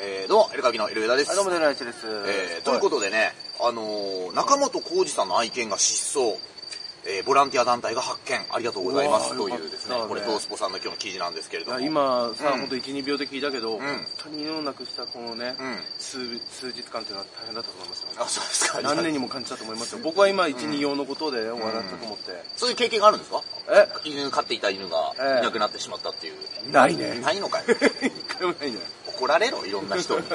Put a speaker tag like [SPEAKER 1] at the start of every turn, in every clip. [SPEAKER 1] えー、どうも、エルカギのエルエダです。
[SPEAKER 2] はい、どうも、デライチです。
[SPEAKER 1] えー、ということでね、あのー中本浩二さんの愛犬が失踪、えー、ボランティア団体が発見、ありがとうございます、
[SPEAKER 2] うわ
[SPEAKER 1] と
[SPEAKER 2] ー
[SPEAKER 1] いうですね
[SPEAKER 2] よかっ、た
[SPEAKER 1] これ、トースポさんの今日の記事なんですけれど
[SPEAKER 2] いや
[SPEAKER 1] も。
[SPEAKER 2] 今さ、
[SPEAKER 1] うん
[SPEAKER 2] ほんと1、2秒で聞いたけど、
[SPEAKER 1] ん
[SPEAKER 2] 本当に犬をなくしたこのね、
[SPEAKER 1] うん
[SPEAKER 2] 数、数日間っていうのは大変だったと思いますよ。
[SPEAKER 1] あ、そうですか。
[SPEAKER 2] 何年にも感じたと思いますよ。僕は今、1、2用のことで終わったと思って。
[SPEAKER 1] そういう経験があるんですか
[SPEAKER 2] え
[SPEAKER 1] 犬、飼っていた犬が
[SPEAKER 2] ええ
[SPEAKER 1] いなくなってしまったっていう。
[SPEAKER 2] ないね。
[SPEAKER 1] ないのかよ。
[SPEAKER 2] 一回もないね。
[SPEAKER 1] 怒られろ、いろんな 人に。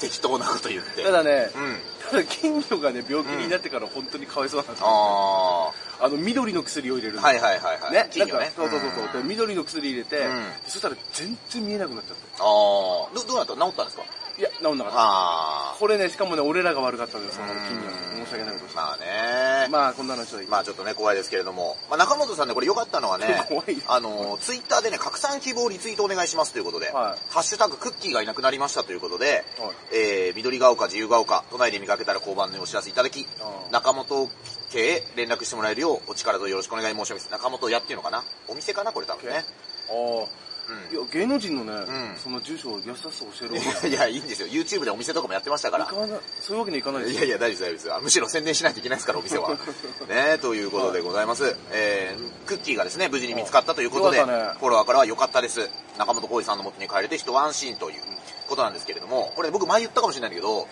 [SPEAKER 1] 適当なこと言って。
[SPEAKER 2] ただね、
[SPEAKER 1] うん。
[SPEAKER 2] ただ金魚がね、病気になってから本当にかわいそうなんですよ。
[SPEAKER 1] あ
[SPEAKER 2] あの、緑の薬を入れる
[SPEAKER 1] ー。
[SPEAKER 2] の
[SPEAKER 1] はいはいはいはい。
[SPEAKER 2] ね、
[SPEAKER 1] 金魚
[SPEAKER 2] なん
[SPEAKER 1] ね。
[SPEAKER 2] かそうそうそうそう、
[SPEAKER 1] ん
[SPEAKER 2] で緑の薬入れて、
[SPEAKER 1] うん
[SPEAKER 2] そしたら全然見えなくなっちゃっ
[SPEAKER 1] あー。ど、どうなった治ったんですか
[SPEAKER 2] た。いや、治んなかった。
[SPEAKER 1] あ
[SPEAKER 2] これね、しかもね、俺らが悪かったんですよ、その金
[SPEAKER 1] う
[SPEAKER 2] 魚。
[SPEAKER 1] ん
[SPEAKER 2] 申し訳ないこと
[SPEAKER 1] ー。
[SPEAKER 2] した。ま
[SPEAKER 1] まあね
[SPEAKER 2] あ、こんな話はいい。
[SPEAKER 1] まあちょっとね、怖いですけれども、まあ、中本さんね、これ良かったのはね
[SPEAKER 2] 怖い、
[SPEAKER 1] あの、ツイッターでね、拡散希望リツイートお願いしますということで、
[SPEAKER 2] は
[SPEAKER 1] ハッシュタグクッキーがいなくなりましたということで、
[SPEAKER 2] は
[SPEAKER 1] えー、緑が丘、自由が丘、都内で見かけたら交番のお知らせいただき
[SPEAKER 2] あ、ー
[SPEAKER 1] 中本家へ連絡してもらえるよう、お力添えよろしくお願い申し上げます。中本屋っていうのかなお店かなこれ多分ね。
[SPEAKER 2] ああ、いや、芸能人のね、
[SPEAKER 1] うん
[SPEAKER 2] その住所を優しさ教える
[SPEAKER 1] いや、いいんですよ。YouTube でお店とかもやってましたから
[SPEAKER 2] 行。かない、そういうわけにいかないで
[SPEAKER 1] い
[SPEAKER 2] す
[SPEAKER 1] や
[SPEAKER 2] よ。
[SPEAKER 1] いや、大丈夫です、大丈夫ですあ。むしろ宣伝しないといけないですから、お店 は。ねということでございます。えー、クッキーがですね、無事に見つかったということで、
[SPEAKER 2] よかったね
[SPEAKER 1] フォロワーからは良かったです。中本浩二さんの元に帰れて一安心ということなんですけれども、これ僕前言ったかもしれないんだけど、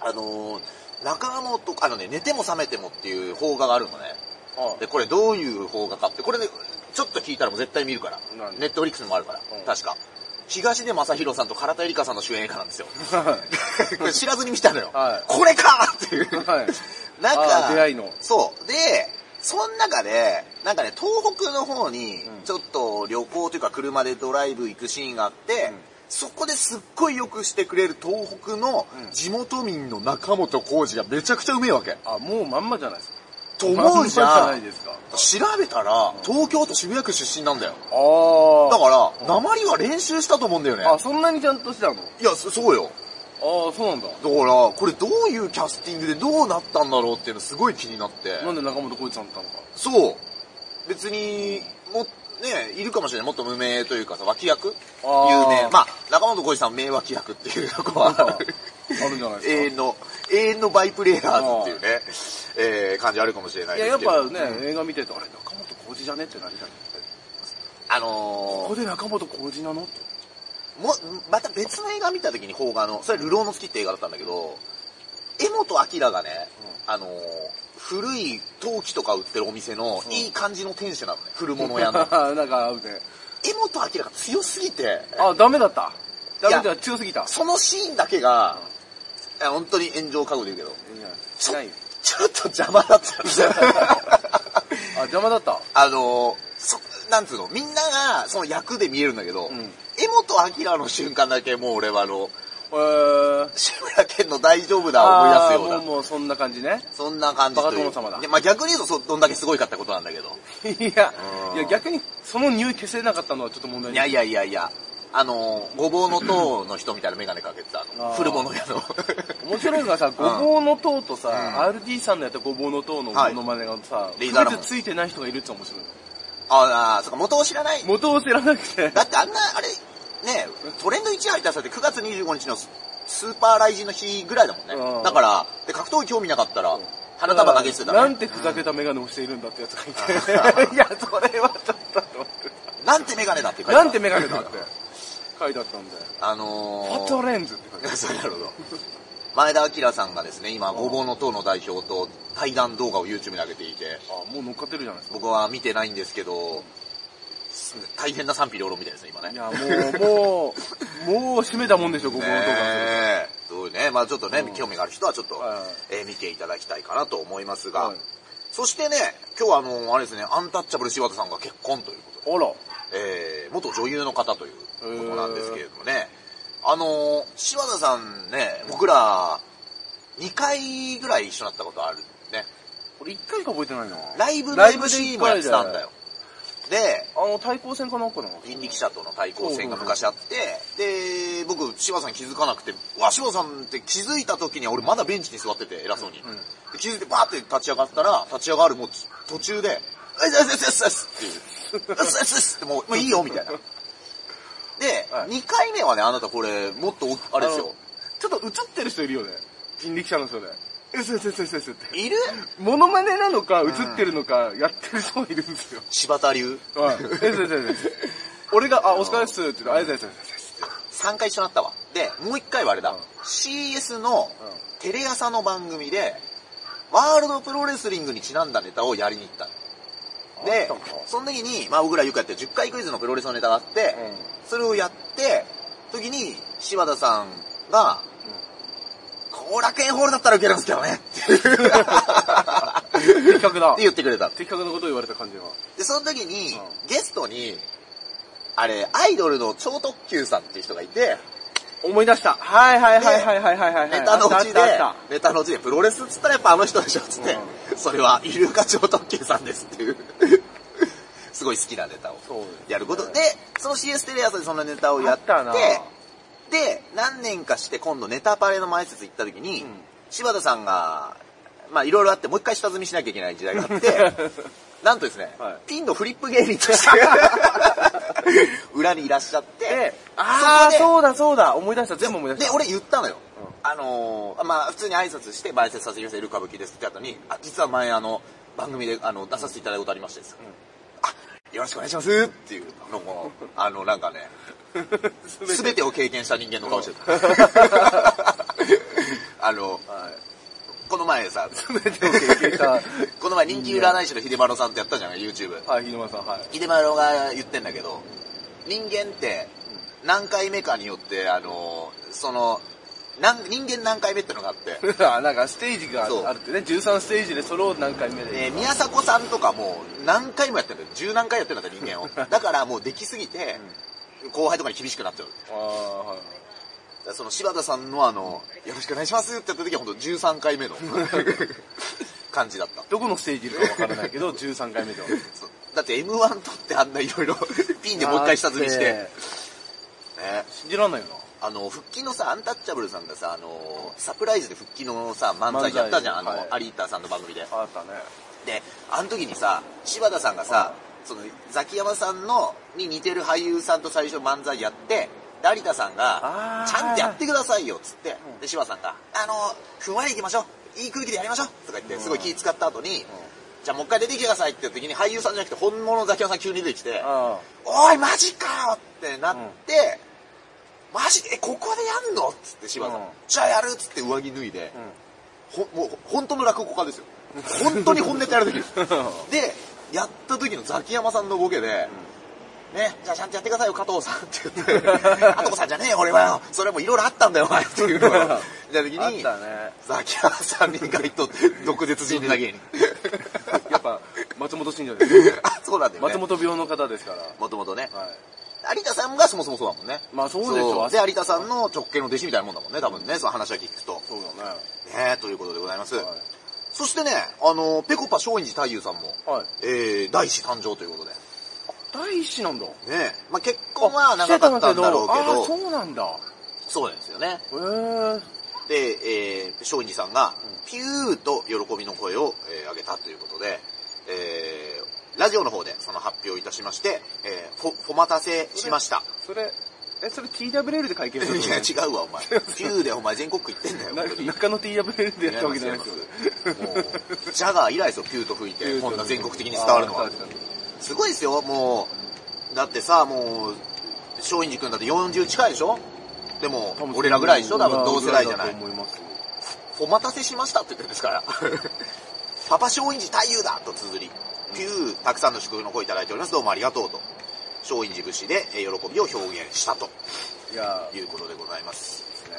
[SPEAKER 1] あのー、中本、あのね、寝ても覚めてもっていう邦画があるのね。
[SPEAKER 2] あ
[SPEAKER 1] で、これどういう邦画かって、これね、ちょっと聞いたらもう絶対見るから
[SPEAKER 2] な。んで
[SPEAKER 1] ネットフリックスにもあるから
[SPEAKER 2] うん、
[SPEAKER 1] 確か。東出昌大さんと唐田絵里香さんの主演映画なんですよ。
[SPEAKER 2] あは
[SPEAKER 1] これ知らずに見たのよ。
[SPEAKER 2] はい
[SPEAKER 1] これかっていう。
[SPEAKER 2] い。はい。
[SPEAKER 1] なん
[SPEAKER 2] あ
[SPEAKER 1] か、
[SPEAKER 2] ー出会いの
[SPEAKER 1] そう。で、その中で、なんかね、東北の方に
[SPEAKER 2] う、ん
[SPEAKER 1] ちょっと旅行というか車でドライブ行くシーンがあって、
[SPEAKER 2] うん
[SPEAKER 1] そこですっごいよくしてくれる東北の
[SPEAKER 2] うん
[SPEAKER 1] 地元民の中本浩二がめちゃくちゃうめえわけ。
[SPEAKER 2] あ、もうまんまじゃないですか。
[SPEAKER 1] と思うじゃ
[SPEAKER 2] まんま
[SPEAKER 1] ん
[SPEAKER 2] じゃないですか。
[SPEAKER 1] 調べたら、東京都渋谷区出身なんだよ。
[SPEAKER 2] あ
[SPEAKER 1] だ
[SPEAKER 2] あ。
[SPEAKER 1] か
[SPEAKER 2] う
[SPEAKER 1] ら、
[SPEAKER 2] ん
[SPEAKER 1] 鉛は練習したと思うんだよね。
[SPEAKER 2] あ、そんなにちゃんとしてたのあ
[SPEAKER 1] いや、そそうよ。
[SPEAKER 2] あ、そうなんだ。
[SPEAKER 1] だから、これどういうキャスティングでどうなったんだろうっていうのすごい気になって。
[SPEAKER 2] なんで中本浩二さんだったのか。
[SPEAKER 1] そう。別に、も、ね、いるかもしれない。もっと無名というかさ、脇役有
[SPEAKER 2] あー
[SPEAKER 1] 名。まあ、中本浩二さん名脇役っていうとこ
[SPEAKER 2] あ
[SPEAKER 1] は
[SPEAKER 2] る、んじゃな
[SPEAKER 1] 永
[SPEAKER 2] いです
[SPEAKER 1] 遠の、永遠のバイプレイヤーズっていうね、えー、感じあるかもしれな
[SPEAKER 2] か。
[SPEAKER 1] い
[SPEAKER 2] いや、
[SPEAKER 1] で
[SPEAKER 2] や
[SPEAKER 1] す
[SPEAKER 2] っ
[SPEAKER 1] けど。
[SPEAKER 2] ぱね、映画見てると、あれ、中本浩二じゃねってなりたい。
[SPEAKER 1] あ
[SPEAKER 2] こ
[SPEAKER 1] の
[SPEAKER 2] こで中本浩二なのって
[SPEAKER 1] ー、も、また別の映画見た時に邦画の、それ、流浪の月って映画だったんだけど、江本明がね、あのー、古い陶器とか売ってるお店の
[SPEAKER 2] うん
[SPEAKER 1] いい感じの店主なのね。古物屋の。
[SPEAKER 2] なんか合うね。
[SPEAKER 1] 江本明が強すぎて、
[SPEAKER 2] あ、ダメだった。ダ
[SPEAKER 1] い
[SPEAKER 2] メ
[SPEAKER 1] や
[SPEAKER 2] だ、強すぎた。
[SPEAKER 1] そのシーンだけが、いや本当に炎上覚悟で言うけど、
[SPEAKER 2] いいんじゃないですか
[SPEAKER 1] ち
[SPEAKER 2] し
[SPEAKER 1] ょ
[SPEAKER 2] ないよ。
[SPEAKER 1] ちょっと邪魔だったんですよ
[SPEAKER 2] あ、邪魔だった。
[SPEAKER 1] あのー、そ、なんつうの、みんながその役で見えるんだけど、
[SPEAKER 2] うん
[SPEAKER 1] 江本明の瞬間だけもう俺はあの、
[SPEAKER 2] えー。
[SPEAKER 1] 志村けんの大丈夫だ思い出すよ
[SPEAKER 2] あー
[SPEAKER 1] う
[SPEAKER 2] も
[SPEAKER 1] な、
[SPEAKER 2] うもうそんな感じね。
[SPEAKER 1] そんな感じという
[SPEAKER 2] バカ殿様だ
[SPEAKER 1] でまあ逆に言うとそ、どんだけすごいかってことなんだけど。
[SPEAKER 2] いや
[SPEAKER 1] う、ん
[SPEAKER 2] いや逆にその匂い消せなかったのはちょっと問題
[SPEAKER 1] いや
[SPEAKER 2] い
[SPEAKER 1] いやいやいや、あのー、ごぼうの塔の人みたいなメガネかけてた、あの
[SPEAKER 2] あー
[SPEAKER 1] 古物屋の。
[SPEAKER 2] 面白いのがさ、ごぼうの塔とさ、
[SPEAKER 1] う
[SPEAKER 2] RD さんのやったごぼうの塔のモノマネがさ、
[SPEAKER 1] レ
[SPEAKER 2] 唯
[SPEAKER 1] イザーラモン
[SPEAKER 2] 一ついてない人がいるって面白いの。
[SPEAKER 1] ああ、そっか、元を知らない
[SPEAKER 2] 元を知らなくて。
[SPEAKER 1] だってあんな、あれ、ね、トレンド1位入った人って9月25日のススーパーライジンの日ぐらいだもんね。
[SPEAKER 2] うん
[SPEAKER 1] だから、で格闘技興味なかったら、花束投げてた
[SPEAKER 2] な
[SPEAKER 1] ら、
[SPEAKER 2] ん
[SPEAKER 1] ね、
[SPEAKER 2] てふざけたメガネをしているんだってやつ がいて。いや、それはちょっとと思っ
[SPEAKER 1] なんてメガネだって書い
[SPEAKER 2] て。
[SPEAKER 1] てあ
[SPEAKER 2] な
[SPEAKER 1] る
[SPEAKER 2] んてメガネだって。書いてあったんだよ。
[SPEAKER 1] あ
[SPEAKER 2] ファ
[SPEAKER 1] の
[SPEAKER 2] ット
[SPEAKER 1] ー、
[SPEAKER 2] レンズって書いてあ
[SPEAKER 1] そう なるほど。前田明さんがですね、今、ごぼうの党の代表と対談動画を YouTube に上げていて、
[SPEAKER 2] る。あ、もう乗っかってるじゃないですか。
[SPEAKER 1] 僕は見てないんですけど、す大変な賛否両論みたいですね、今ね。
[SPEAKER 2] いや、もう、もう、もう閉めたもんでしょ、ごぼうの塔が。
[SPEAKER 1] ねえどうね、まあちょっとね、
[SPEAKER 2] うん
[SPEAKER 1] 興味がある人はちょっと、
[SPEAKER 2] はい
[SPEAKER 1] えー見ていただきたいかなと思いますが、
[SPEAKER 2] はい
[SPEAKER 1] そしてね、今日はあの、あれですね、アンタッチャブル柴田さんが結婚ということで、
[SPEAKER 2] あら。
[SPEAKER 1] えー、元女優の方ということなんですけれどもね、あの、柴田さんね、僕ら、2回ぐらい一緒になったことあるね。
[SPEAKER 2] 俺一回しか覚えてないな。
[SPEAKER 1] ライブ、
[SPEAKER 2] ラ
[SPEAKER 1] ラ
[SPEAKER 2] イ
[SPEAKER 1] イ
[SPEAKER 2] ブ
[SPEAKER 1] ブ
[SPEAKER 2] で一
[SPEAKER 1] C
[SPEAKER 2] 回
[SPEAKER 1] もやってたんだよ。で、
[SPEAKER 2] あの、対抗戦かなんかな
[SPEAKER 1] 人力車との対抗戦が昔あって、で、僕、柴田さん気づかなくて、うわ、柴田さんって気づいた時には俺まだベンチに座ってて、偉そうに。
[SPEAKER 2] うんうん
[SPEAKER 1] で気づいてバーって立ち上がったら、立ち上がるもう途中で、うっすうっすうっすうっすっていう。うっすうっすうっすってもう、もういいよ、みたいな。で、
[SPEAKER 2] はい
[SPEAKER 1] 2回目はね、あなたこれ、もっとお、あれですよ。
[SPEAKER 2] ちょっと映ってる人いるよね。人力車の人で。うすうすうすうすうすって。
[SPEAKER 1] いる
[SPEAKER 2] モノマネなのか、映ってるのか、やってる人いるんですよ。
[SPEAKER 1] 柴田流。
[SPEAKER 2] はい。うすうすうすうす。俺が、あ、お疲れっすって言うの、あいざいざいざいざいざって
[SPEAKER 1] 3回一緒になったわ。で、もう1回はあれだ。
[SPEAKER 2] うん
[SPEAKER 1] CS の
[SPEAKER 2] うん
[SPEAKER 1] テレ朝の番組で、ワールドプロレスリングにちなんだネタをやりに行ったので
[SPEAKER 2] あったのか、
[SPEAKER 1] その時に、まあ僕らよくやってる10回クイズのプロレスのネタがあって、それをやって、時に柴田さんが、後楽園ホールだったら受けるんですけどねって
[SPEAKER 2] うん。的確だ。
[SPEAKER 1] 言ってくれた。
[SPEAKER 2] 的確なことを言われた感じが。
[SPEAKER 1] で、その時に、
[SPEAKER 2] う
[SPEAKER 1] ゲストに、あれ、アイドルの超特急さんっていう人がいて、
[SPEAKER 2] 思い出した。はいはいはいはいはいはいはい。
[SPEAKER 1] ネタのうちで
[SPEAKER 2] あったあっ、
[SPEAKER 1] ネタのうちでプロレスっつったらやっぱあの人でしょっつって、それはイルカ超特急さんですっていう、 すごい好きなネタを
[SPEAKER 2] たそうですね
[SPEAKER 1] やることで、その CS テレ朝でそのネタをや
[SPEAKER 2] あ
[SPEAKER 1] っ
[SPEAKER 2] ってたな、
[SPEAKER 1] で、何年かして今度ネタパレの前説行った時に、
[SPEAKER 2] うん
[SPEAKER 1] 柴田さんが、まあいろいろあってもう一回下積みしなきゃいけない時代があ って、なんとですね、
[SPEAKER 2] はい
[SPEAKER 1] ピンのフリップ芸人と して、裏にいらっしゃって
[SPEAKER 2] で、、あ
[SPEAKER 1] そこ
[SPEAKER 2] あ、
[SPEAKER 1] で
[SPEAKER 2] そうだそうだ、思い出した、全部思い出し
[SPEAKER 1] で、
[SPEAKER 2] た。
[SPEAKER 1] 俺言ったのよ。
[SPEAKER 2] うん
[SPEAKER 1] あのー、まあ普通に挨拶して、前説させてください、いる歌舞伎ですって後に、あ、実は前あの、番組であの出させていただいたことありましてです、あ、よろしくお願いしますっていうの も、あの、なんかね、すべてを経験した人間の顔してた。 あの、
[SPEAKER 2] はい。
[SPEAKER 1] この前さ、
[SPEAKER 2] 全てを経験した。
[SPEAKER 1] この前人気占い師の秀丸さんとやったじゃない、YouTube。
[SPEAKER 2] はい、ひ沼さん、はい。
[SPEAKER 1] 秀丸が言ってんだけど、人間って何回目かによって、あの、その、なん人間何回目ってのがあって、
[SPEAKER 2] あなんかステージが
[SPEAKER 1] そう
[SPEAKER 2] あるってね、13ステージでそれを何回目で。
[SPEAKER 1] えー宮迫さんとかもう何回もやってるんだよ。十何回やってるんだよ、人間を。だからもうできすぎて、後輩とかに厳しくなっちゃう。
[SPEAKER 2] ああ、はい。
[SPEAKER 1] だからその柴田さんのあの、よろしくお願いしますってやった時は本当13回目の感じだった。
[SPEAKER 2] どこのステージかわからない けど、13回目では。
[SPEAKER 1] そうだって M1 取ってあんないろいろピンでもう一回下積みして。
[SPEAKER 2] だっ
[SPEAKER 1] ね、
[SPEAKER 2] 信じらんないよ
[SPEAKER 1] あの、復帰のさ、アンタッチャブルさんがさ、あの、サプライズで復帰のさ、漫才やったじゃん、あ
[SPEAKER 2] 漫才
[SPEAKER 1] の、
[SPEAKER 2] は
[SPEAKER 1] 有田さんの番組で。
[SPEAKER 2] な。あったね。
[SPEAKER 1] で、あの時にさ、柴田さんがさ、その、ザキヤマさんの、に似てる俳優さんと最初漫才やって、で有田さんが
[SPEAKER 2] あ、ー
[SPEAKER 1] ちゃんとやってくださいよ、つって
[SPEAKER 2] う。ん
[SPEAKER 1] で、柴田さんが、あの、ふんわり行きましょう。いい空気でやりましょう。とか言って、すごい気使った後に、じゃあもう一回出てきてくださいって言った時に、俳優さんじゃなくて本物のザキヤマさん急に出てきて、
[SPEAKER 2] あ
[SPEAKER 1] おい、マジかよってなって、マジで、え、ここでやんのっつって柴田さん、
[SPEAKER 2] うん
[SPEAKER 1] じゃあやるっつって上着脱いで
[SPEAKER 2] あ。、うん。
[SPEAKER 1] ほもう本当の落語家ですよ。本当に本ネタや る時です。
[SPEAKER 2] う
[SPEAKER 1] で、やった時のザキヤマさんのボケで、ね、じゃあちゃんとやってくださいよ、加藤さんって言って、 加藤さんじゃねえよ、俺はよ。それもいろいろ あったんだよ、お前っていうのを。みたい
[SPEAKER 2] ん。
[SPEAKER 1] な
[SPEAKER 2] あっ
[SPEAKER 1] 時に、
[SPEAKER 2] たね。
[SPEAKER 1] ザキヤマさんに意外と毒舌人ネタ芸人。
[SPEAKER 2] やっぱ、松本信者です。
[SPEAKER 1] あ、そうなんだよ、ね。
[SPEAKER 2] 松本病の方ですから。
[SPEAKER 1] もともとね。
[SPEAKER 2] はい。
[SPEAKER 1] 有田さんがそもそもそうだもんね。
[SPEAKER 2] まあそうでしょ
[SPEAKER 1] そうで、有田さんの直系の弟子みたいなもんだもんね、多分ね、その話は聞くと。
[SPEAKER 2] そうだね。
[SPEAKER 1] ねということでございます。
[SPEAKER 2] は
[SPEAKER 1] そしてね、あの、ぺこぱ松陰寺太夫さんも、
[SPEAKER 2] い。はい。
[SPEAKER 1] えー、第一子誕生ということで。
[SPEAKER 2] 第一子なんだ。
[SPEAKER 1] ねまあ結婚は長かったんだろうけ
[SPEAKER 2] あ
[SPEAKER 1] ど、
[SPEAKER 2] あ、そうなんだ。
[SPEAKER 1] そうなんですよね。
[SPEAKER 2] へえ。
[SPEAKER 1] で、えー、松陰寺さんが
[SPEAKER 2] う、
[SPEAKER 1] ピューと喜びの声を、えー上げたということで、えー、ラジオの方でその発表をいたしまして、えー、フォ、フォ待たせしま した。
[SPEAKER 2] それ、え、それ TWL で会見する
[SPEAKER 1] いや、違うわ、お 前。ピューでお前全国区行ってんだよ、本当に。
[SPEAKER 2] 中野 TWL でやったわけじゃないですよ。
[SPEAKER 1] もう、ジャガー以来ですよ、ピューと吹いて、こんな全国的に伝わるのは
[SPEAKER 2] あ。ー。伝わる
[SPEAKER 1] すごいですよ、もう。だってさ、もう、松陰寺君だって40近いでしょでも
[SPEAKER 2] 多分、
[SPEAKER 1] 俺らぐらいでしょ多分同世代じゃな
[SPEAKER 2] ぐ
[SPEAKER 1] い
[SPEAKER 2] らだ。と思いますよ
[SPEAKER 1] お待たせしましたって言ってるんですから。 パパ松陰寺太夫だと綴り、ピュー、たくさんの祝福の声いただいております。どうもありがとうと。松陰寺節でえー喜びを表現したと
[SPEAKER 2] いや
[SPEAKER 1] いうことでございます。
[SPEAKER 2] ー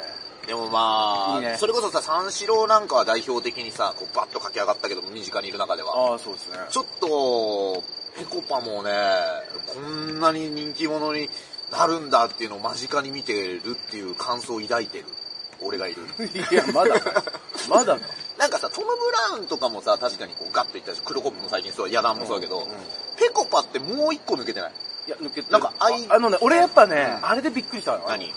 [SPEAKER 2] ですね。
[SPEAKER 1] でもまあ、
[SPEAKER 2] いいね
[SPEAKER 1] それこそさ、三四郎なんかは代表的にさ、こうバッと駆け上がったけども、身近にいる中では。
[SPEAKER 2] ああ、そうですね。
[SPEAKER 1] ちょっと、ぺこぱもね、こんなに人気者になるんだっていうのを間近に見てるっていう感想を抱いてる。俺がいる。
[SPEAKER 2] いや、まだ、まだか。
[SPEAKER 1] なんかさ、トム・ブラウンとかもさ、確かにこうガッといったし、黒コップも最近そう、ヤダンもそうだけど、
[SPEAKER 2] うん
[SPEAKER 1] ぺこぱってもう一個抜けてない。
[SPEAKER 2] いや、抜けてる
[SPEAKER 1] なんかあい
[SPEAKER 2] あのね、俺やっぱね、
[SPEAKER 1] うん
[SPEAKER 2] あれでびっくりしたの。
[SPEAKER 1] 何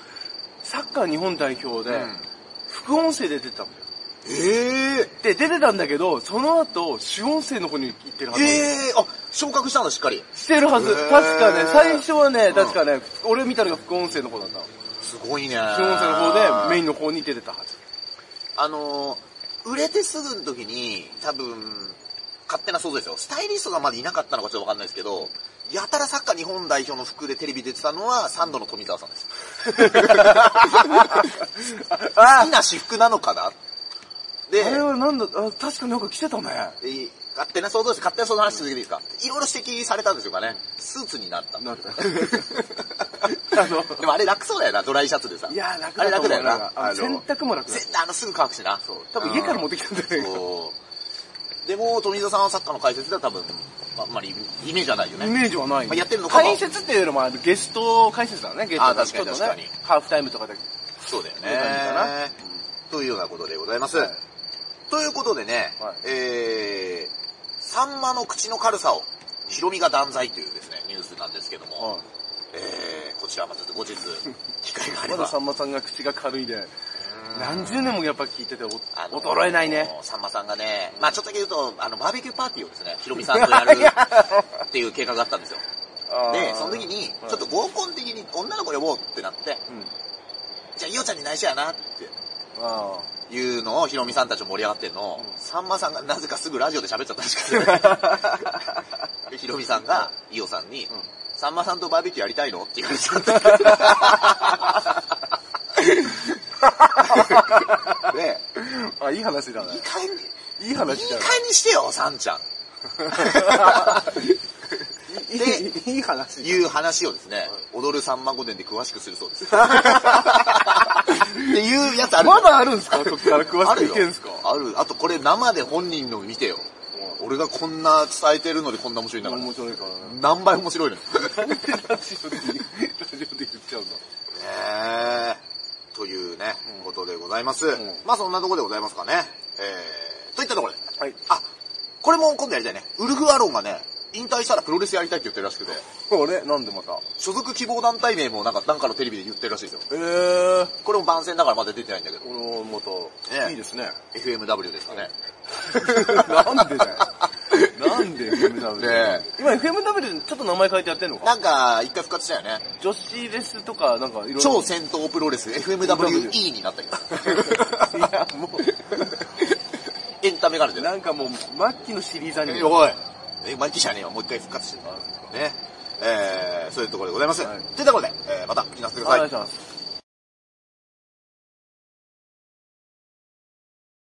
[SPEAKER 2] サッカー日本代表
[SPEAKER 1] う
[SPEAKER 2] で、
[SPEAKER 1] ん
[SPEAKER 2] 副音声で出てたんだよ。
[SPEAKER 1] ええ
[SPEAKER 2] で、出てたんだけど、その後、主音声の方に行ってるはず。
[SPEAKER 1] ええあ、昇格したんだ、しっかり。
[SPEAKER 2] してるはず。
[SPEAKER 1] へー
[SPEAKER 2] 確かね、最初はね
[SPEAKER 1] ん、
[SPEAKER 2] 確かね、俺見たのが副音声の方だったの。
[SPEAKER 1] すごいね。
[SPEAKER 2] 副音声の方でメインの方に出てたはず。
[SPEAKER 1] あのー売れてすぐの時に、多分、勝手な想像ですよ。スタイリストがまだいなかったのかちょっとわかんないですけど、やたらサッカー日本代表の服でテレビ出てたのは、サンドの富澤さん です。好きな私服なのかなで
[SPEAKER 2] あ、れはなんだ、あ確かなんか来てたね。
[SPEAKER 1] えー勝手な想像です。勝手な想像の話続けていいですかいろいろ指摘されたんですよかね。スーツになった。
[SPEAKER 2] なる あの、
[SPEAKER 1] でもあれ楽そうだよな、ドライシャツでさ。
[SPEAKER 2] いや、楽
[SPEAKER 1] あれ
[SPEAKER 2] だと
[SPEAKER 1] 楽
[SPEAKER 2] 思う
[SPEAKER 1] だよな。
[SPEAKER 2] あの洗
[SPEAKER 1] 洗
[SPEAKER 2] 濯も楽だ。
[SPEAKER 1] あの、すぐ乾くしな。そう
[SPEAKER 2] 多分家から持
[SPEAKER 1] も
[SPEAKER 2] ってきたんだよね。
[SPEAKER 1] そう。でも、富田さんはサッカーの解説では多分、あんまりイメージはないよ
[SPEAKER 2] イ
[SPEAKER 1] ね。
[SPEAKER 2] メージはない、
[SPEAKER 1] まあやってるのかも
[SPEAKER 2] 解説っていうのもあるゲスト解説だよね、ゲスト
[SPEAKER 1] あ確かに
[SPEAKER 2] ちょっと
[SPEAKER 1] 確かに
[SPEAKER 2] ね。ハーフタイムとかで。
[SPEAKER 1] そうだよね
[SPEAKER 2] そうだ。
[SPEAKER 1] というようなことでございます。
[SPEAKER 2] はい
[SPEAKER 1] ということでね、
[SPEAKER 2] はい
[SPEAKER 1] えー、サンマの口の軽さを、ヒロミが断罪というですね、ニュースなんですけども、えー、こちらまたちょっと後日、機会があれ
[SPEAKER 2] ま
[SPEAKER 1] ば
[SPEAKER 2] ださ。んまさんが口が軽いで、
[SPEAKER 1] うん
[SPEAKER 2] 何十年もやっぱ聞いててお
[SPEAKER 1] あの
[SPEAKER 2] 衰えないね。。
[SPEAKER 1] さんまさんがね、まあちょっとだけ言うと、あの、バーベキューパーティーをですね、ヒロミさんとやるっていう計画があったんですよ。で、その時に、ちょっと合コン的に女の子呼ぼうってなって、
[SPEAKER 2] うん。
[SPEAKER 1] じゃあ、いおちゃんに内緒やなっ
[SPEAKER 2] あ
[SPEAKER 1] ていうのをヒロミさんたちも盛り上がってんのを、
[SPEAKER 2] うん
[SPEAKER 1] さんまさんがなぜかすぐラジオで喋っちゃったらし くて、でヒロミさんが、いおさんに、
[SPEAKER 2] ん
[SPEAKER 1] さんまさんとバーベキューやりたいのって言われちゃ った。で、
[SPEAKER 2] あ。あ、いい話だね
[SPEAKER 1] いい。感
[SPEAKER 2] いい
[SPEAKER 1] じ、い
[SPEAKER 2] 話
[SPEAKER 1] い
[SPEAKER 2] だ
[SPEAKER 1] 感じしてよ、さんちゃん。
[SPEAKER 2] ね。 いい、いい話。
[SPEAKER 1] いう話をですね、踊るさんま御殿で詳しくするそう です。っていうやつある
[SPEAKER 2] まだあるんすかそっから詳
[SPEAKER 1] あ
[SPEAKER 2] し
[SPEAKER 1] る
[SPEAKER 2] くい
[SPEAKER 1] よ
[SPEAKER 2] けんすか
[SPEAKER 1] ある。あとこれ生で本人の見てよ。俺がこんな伝えてるのでこんな面白いんだから。
[SPEAKER 2] 面白いからね。
[SPEAKER 1] 何倍面白いのよ。
[SPEAKER 2] ラジオで、ラジオで言っちゃうん
[SPEAKER 1] ね
[SPEAKER 2] だ。
[SPEAKER 1] えというね、
[SPEAKER 2] うん
[SPEAKER 1] ことでございます。
[SPEAKER 2] ん
[SPEAKER 1] まあそんなところでございますかね。えー、といったところで。
[SPEAKER 2] はい。
[SPEAKER 1] あ、これも今度やりたいね。ウルフアロンがね、引退したらプロレスやりたいって言ってるらしくて、
[SPEAKER 2] これ、なんでまた
[SPEAKER 1] 所属希望団体名もなんか、なんかのテレビで言ってるらしいですよ。
[SPEAKER 2] えー、
[SPEAKER 1] これも番宣だからまだ出てないんだけど
[SPEAKER 2] こ。のま
[SPEAKER 1] ね
[SPEAKER 2] た、いいですね。
[SPEAKER 1] FMW ですかね。
[SPEAKER 2] なんでだよ。なんで FMW?
[SPEAKER 1] ね
[SPEAKER 2] 今 FMW ちょっと名前変えてやってんのか
[SPEAKER 1] なんか、一回復活したよね。
[SPEAKER 2] 女子レスとか、なんかいろいろ。
[SPEAKER 1] 超戦闘プロレス FMWE になったけ ど。
[SPEAKER 2] いや、も
[SPEAKER 1] エンタメがあるじ
[SPEAKER 2] う、
[SPEAKER 1] ゃない
[SPEAKER 2] なんかもう、末期のシリーズアニメ。
[SPEAKER 1] おい。え、マイキじゃねえよ。もう一回復活してる。ね。えー、そういうところでございます。
[SPEAKER 2] はい
[SPEAKER 1] というところで、えーまた聞きなさってください。
[SPEAKER 2] お願いします。